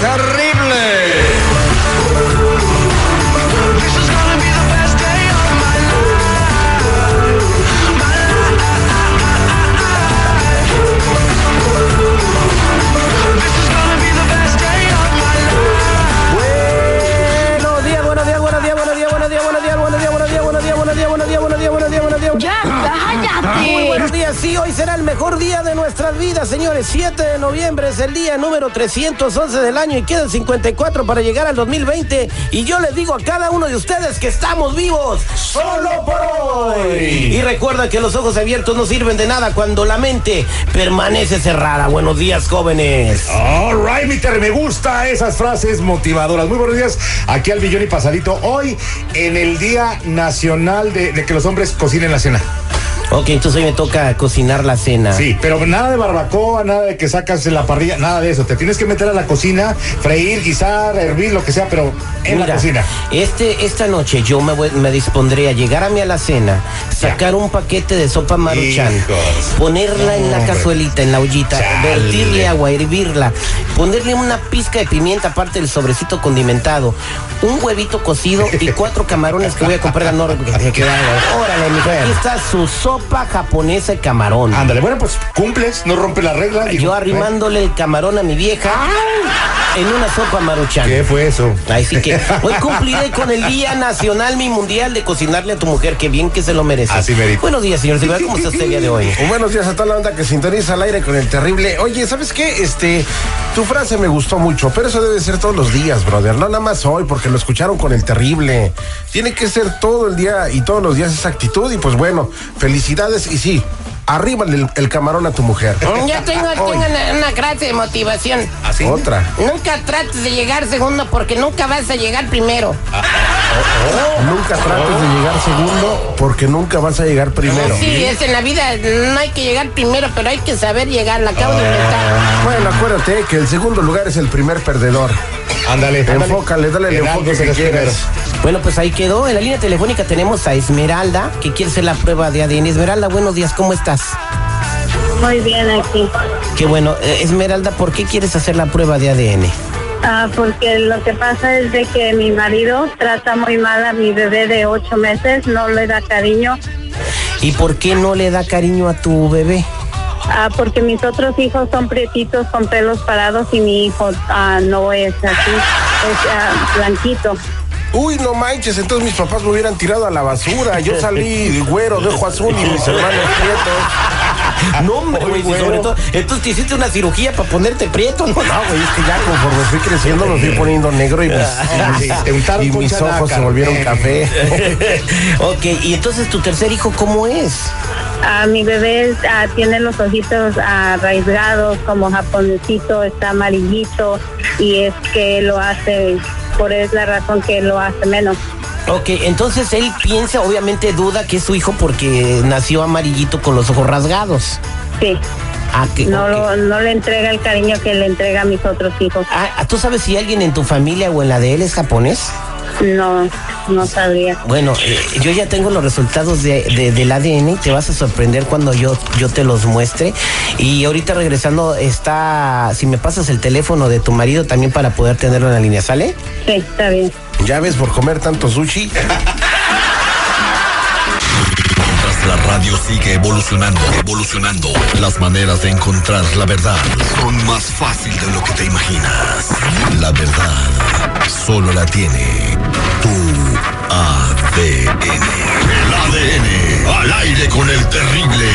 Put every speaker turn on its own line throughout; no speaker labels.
terrible.
Buenos días, buenos días, buenos días, buenos días, buenos días, buenos días, buenos días, buenos días, buenos días, buenos días, buenos días, buenos días, buenos días, buenos días.
¡Ya,
Muy buenos
cállate!
días, sí, hoy será el mejor día de nuestras vidas, señores. 7 de noviembre es el día número 311 del año y quedan 54 para llegar al 2020. Y yo les digo a cada uno de ustedes que estamos vivos solo por hoy. Y recuerda que los ojos abiertos no sirven de nada cuando la mente permanece cerrada. Buenos días, jóvenes.
All right, mi Terry, me gusta esas frases motivadoras. Muy buenos días, aquí al millón y pasadito. Hoy, en el Día Nacional de, de que los hombres cocinen la cena.
Ok, entonces hoy me toca cocinar la cena.
Sí, pero nada de barbacoa, nada de que sacas en la parrilla, nada de eso. Te tienes que meter a la cocina, freír, guisar, hervir, lo que sea, pero en la
Mira,
cocina.
Este, esta noche yo me, voy- me dispondré a llegar a mi alacena, sacar un paquete de sopa maruchan,
Hijos.
ponerla en la
Hombre.
cazuelita, en la ollita,
Chale.
vertirle agua, hervirla, ponerle una pizca de pimienta aparte del sobrecito condimentado, un huevito cocido y cuatro camarones que voy a comprar a Norte. Órale, mi aquí está su sopa japonesa de camarón.
Ándale, bueno, pues cumples, no rompes la regla. digo,
Yo arrimándole el camarón a mi vieja en una sopa maruchan.
¿Qué fue eso?
Así que hoy cumpliré con el Día Nacional Mi Mundial de cocinarle a tu mujer, que bien que se lo merece.
Así merito.
Buenos días, señor Silva, ¿cómo está usted el día de hoy?
Buenos días a toda la onda que sintoniza al aire con el terrible. Oye, ¿sabes qué? Este, tu frase me gustó mucho, pero eso debe ser todos los días, brother. No nada más hoy, porque lo escucharon con el terrible. Tiene que ser todo el día y todos los días esa actitud. Y pues bueno, felicidades y sí, arríbale el, el camarón a tu mujer.
Ya tengo, tengo una, una frase de motivación.
Otra.
Nunca trates de llegar segundo porque nunca vas a llegar primero.
Nunca trates de llegar segundo, porque nunca vas a llegar primero.
Sí, es en la vida, no hay que llegar primero, pero hay que saber llegar. La acabo de inventar.
Bueno, acuérdate que el segundo lugar es el primer perdedor.
Ándale, ándale.
Enfócale, dale el
En algo
enfoque
se
que
les
quieras.
Bueno, pues ahí quedó. En la línea telefónica tenemos a Esmeralda, que quiere hacer la prueba de ADN. Esmeralda, buenos días, ¿cómo estás?
Muy bien aquí,
Qué bueno. Eh, Esmeralda, ¿por qué quieres hacer la prueba de ADN?
Ah, porque lo que pasa es de que mi marido trata muy mal a mi bebé de ocho meses, no le da cariño,
¿Y por qué no le da cariño a tu bebé?
Ah, porque mis otros hijos son prietitos con pelos parados y mi hijo ah, no es así, es ah, blanquito.
Uy, no manches, entonces mis papás me hubieran tirado a la basura. Yo salí güero de ojo azul y mis hermanos prietos.
No, hombre,
Muy
güey, si
bueno.
sobre todo. Entonces te hiciste una cirugía para ponerte prieto, ¿no?
No, güey, es que ya conforme fui creciendo me fui poniendo negro y
sí,
mis,
te untaron
y
con
mis
chanaca.
ojos se volvieron café.
ok, y entonces tu tercer hijo, ¿cómo es?
Ah, mi bebé ah, tiene los ojitos ah, rasgados como japonesito, está amarillito y es que lo hace, por es la razón que lo hace menos.
Ok, entonces él piensa, obviamente duda que es su hijo porque nació amarillito con los ojos rasgados.
Sí.
Ah, que,
No,
ok.
lo- no le entrega el cariño que le entrega a mis otros hijos.
Ah, ¿Tú sabes si alguien en tu familia o en la de él es japonés?
No, no sabría.
Bueno, eh, yo ya tengo los resultados de- de- del ADN y te vas a sorprender cuando yo, yo te los muestre. Y ahorita regresando está, si me pasas el teléfono de tu marido también para poder tenerlo en la línea, ¿sale?
Sí, está bien.
¿Ya ves por comer tanto sushi?
Mientras la radio sigue evolucionando, evolucionando, las maneras de encontrar la verdad son más fácil de lo que te imaginas. La verdad solo la tiene tu ADN. El ADN al aire con el terrible.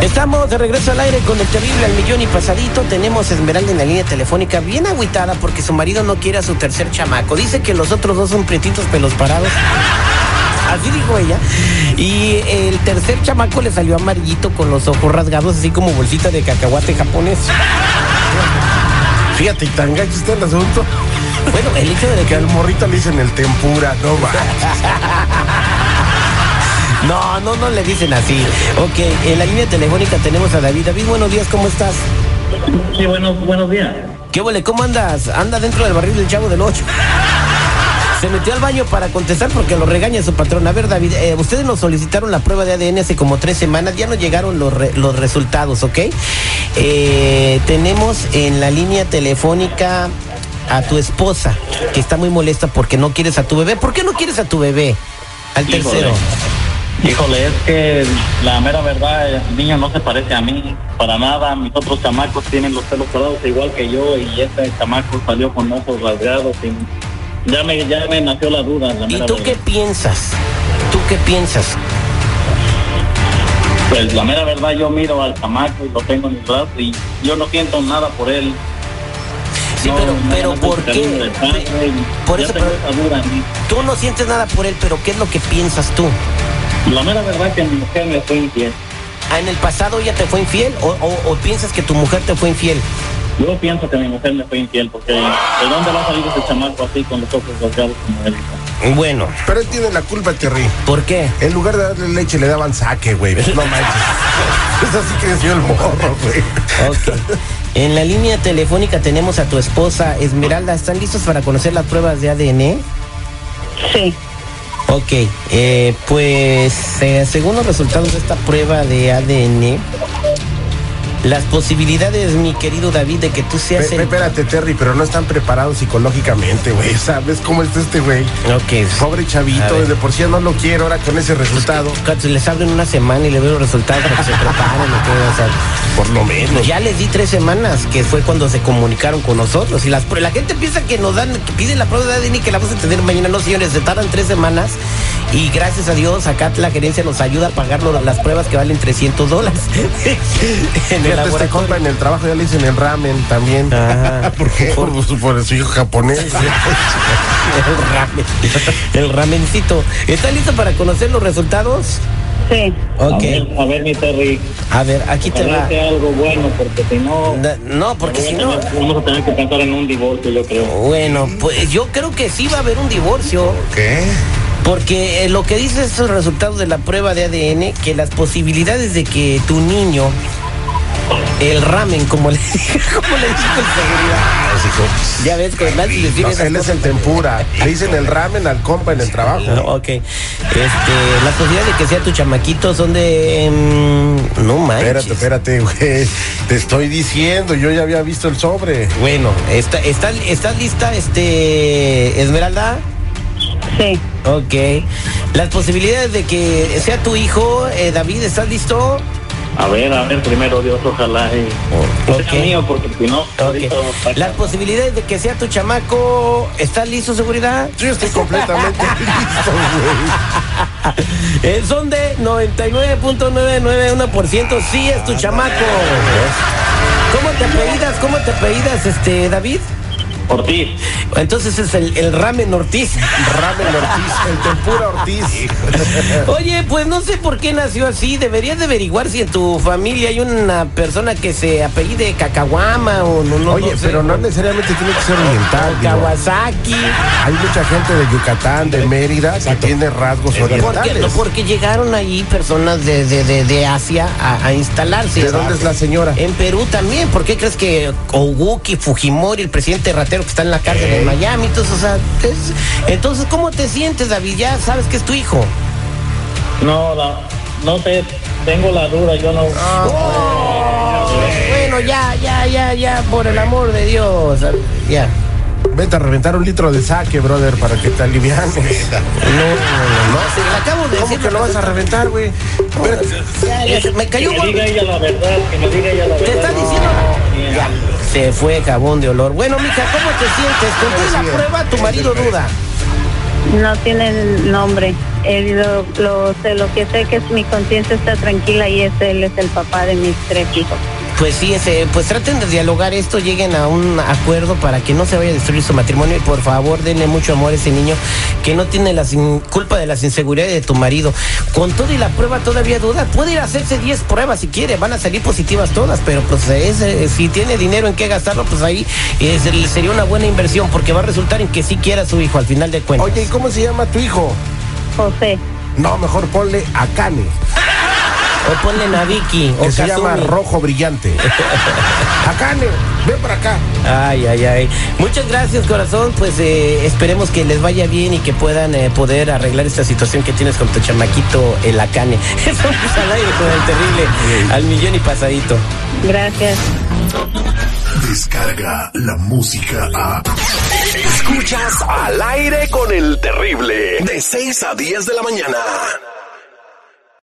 Estamos de regreso al aire con el terrible al millón y pasadito. Tenemos a Esmeralda en la línea telefónica bien agüitada porque su marido no quiere a su tercer chamaco. Dice que los otros dos son prietitos pelos parados. Así dijo ella. Y el tercer chamaco le salió amarillito con los ojos rasgados, así como bolsita de cacahuate japonés.
Fíjate, tan gacho está el asunto
Bueno, el hecho de
Que
que...
al morrito le dicen el tempura, no manches.
No, no, no le dicen así. Ok, en la línea telefónica tenemos a David. David, buenos días, ¿cómo estás?
Sí, bueno, buenos días.
¿Qué huele? ¿Cómo andas? Anda dentro del barril del chavo del 8. Se metió al baño para contestar porque lo regaña su patrón. A ver, David, eh, ustedes nos solicitaron la prueba de ADN hace como tres semanas. Ya nos llegaron los, re- los resultados, ¿ok? Eh, tenemos en la línea telefónica a tu esposa, que está muy molesta porque no quieres a tu bebé. ¿Por qué no quieres a tu bebé? Al
Híjole.
tercero.
Híjole, es que la mera verdad, el niño no se parece a mí para nada. Mis otros chamacos tienen los pelos parados igual que yo y este chamaco salió con ojos rasgados. Y ya, me, ya me nació la duda. La
¿Y
mera
tú
verdad.
qué piensas? ¿Tú qué piensas?
Pues la mera verdad, yo miro al chamaco y lo tengo en mis brazos y yo no siento nada por él.
Sí,
No,
pero,
no,
pero
no
¿por
siento
qué?
cariño del padre y
Por
ya
eso,
tengo
pero-
esa duda en mí.
Tú no sientes nada por él, pero ¿qué es lo que piensas tú?
La mera verdad que mi mujer me fue infiel.
Ah, ¿En el pasado ella te fue infiel o, o- o piensas que tu mujer te fue infiel?
Yo pienso que mi mujer me fue infiel porque ¿de dónde va a salir ese chamaco así con los ojos rasgados como él?
Bueno,
Pero él tiene la culpa, Terry.
¿por qué?
En lugar de darle leche, le daban saque, güey. No manches. Eso sí creció el morro, güey.
Ok. En la línea telefónica tenemos a tu esposa Esmeralda. ¿Están listos para conocer las pruebas de ADN?
Sí.
Ok, eh, pues eh, según los resultados de esta prueba de ADN, las posibilidades, mi querido David, de que tú
Pe-
seas
pe-
el...
Espérate, Terry, pero no están preparados psicológicamente, güey. ¿Sabes cómo está este güey?
Ok,
Pobre
A
chavito,
ver.
de por sí ya no lo quiero ahora con ese resultado.
Cuando les hablo en una semana y le veo los resultados para que se preparen. o qué voy a hacer.
Por lo menos.
Ya les di tres semanas, que fue cuando se comunicaron con nosotros. Y las, prue- la gente piensa que nos dan, que piden la prueba de ADN y que la vamos a tener mañana. No, señores, se tardan tres semanas. Y gracias a Dios, acá la gerencia nos ayuda a pagar lo- las pruebas que valen 300 dólares. en el
Fíjate, este
laboratorio. Ah,
compa en el trabajo ya le dicen el ramen también.
Ajá.
¿Por qué? Por, por su hijo japonés.
El ramen. El ramencito. ¿Están listos para conocer los resultados?
Sí.
A
Ok.
ver, a ver, mi Terry,
A ver, aquí te
ojalá
va.
sea algo bueno porque si no,
Na- No, porque si no.
vamos a tener- vamos a tener que pensar en un divorcio, yo creo.
Bueno, pues yo creo que sí va a haber un divorcio.
¿Qué?
Porque eh, lo que dice estos resultados de la prueba de ADN, que las posibilidades de que tu niño, el ramen, como le, como le dijo el seguridad, ya ves que más les
No,
digo esas
él es el tempura. Le dicen el ramen al compa en el trabajo.
cosas. Ok, este, las posibilidades de que sea tu chamaquito son de... mm, no manches.
Espérate, espérate, güey. Te estoy diciendo, yo ya había visto el sobre.
Bueno, ¿está, está, ¿estás lista, este, Esmeralda?
Sí.
Ok. Las posibilidades de que sea tu hijo, eh, David, ¿estás listo?
A ver, a ver, primero Dios, ojalá y
Ok.
sea mío porque si no,
Ok. pues-
ahorita vamos a-
Las posibilidades de que sea tu chamaco, ¿estás listo, seguridad?
Yo estoy completamente listo, güey.
Eh, son de 99.991%, sí es
Ah,
tu chamaco. ¿Cómo te apellidas? ¿Cómo te apellidas, este, David?
Ortiz,
Entonces es el, el ramen Ortiz.
Ramen Ortiz, el tempura Ortiz.
Oye, pues no sé por qué nació así. Deberías de averiguar si en tu familia hay una persona que se apellide Cacahuama o no, no
Oye,
no sé,
pero no necesariamente tiene que ser oriental. digo.
Kawasaki.
Hay mucha gente de Yucatán, de Mérida, que tiene rasgos
Porque,
orientales.
porque llegaron ahí personas de, de- de- de Asia a, a instalarse.
¿De dónde es la señora?
En Perú también, ¿por qué crees que Oguki, Fujimori, el presidente ratero que está en la cárcel en Miami, entonces, o sea, es- entonces, ¿cómo te sientes, David? Ya sabes que es tu hijo.
no, la, no sé, tengo la duda, yo no.
Ah, Bueno, ya, ya, ya, ya, por el amor de Dios, ya.
Vete a reventar un litro de saque, brother, para que te alivianes.
No, no, no, no, se la acabo de
¿Cómo
decir.
que lo vas a reventar, güey? Espérate.
Ya, ya, se me
Que
cayó
me
gordo.
diga ella la verdad, que me diga ella la verdad.
Te está diciendo. Ya, se fue jabón de olor. Bueno, mija, ¿cómo te sientes? Cumplí la prueba, tu marido duda.
No tiene nombre. Él lo, lo sé, lo que sé que es mi conciencia está tranquila y es él es el papá de mis tres hijos.
Pues sí, ese, pues traten de dialogar esto, lleguen a un acuerdo para que no se vaya a destruir su matrimonio y por favor denle mucho amor a ese niño que no tiene la sin- culpa de las inseguridades de tu marido. Con todo y la prueba todavía duda, puede ir a hacerse 10 pruebas si quiere, van a salir positivas todas, pero pues es, eh, si tiene dinero en qué gastarlo, pues ahí eh, se- sería una buena inversión porque va a resultar en que sí quiera a su hijo al final de cuentas.
Oye, ¿y cómo se llama tu hijo?
José.
No, mejor ponle a Cane,
O ponle a Vicky o
que se llama
Kazumi.
Rojo Brillante. Akane, ven para acá.
Ay, ay, ay. Muchas gracias, corazón. Pues eh, esperemos que les vaya bien y que puedan eh, poder arreglar esta situación que tienes con tu chamaquito, el acane. Eso es al aire con el terrible, al millón y pasadito.
Gracias.
Descarga la música a.
Escuchas al aire con el terrible de 6 a 10 de la mañana.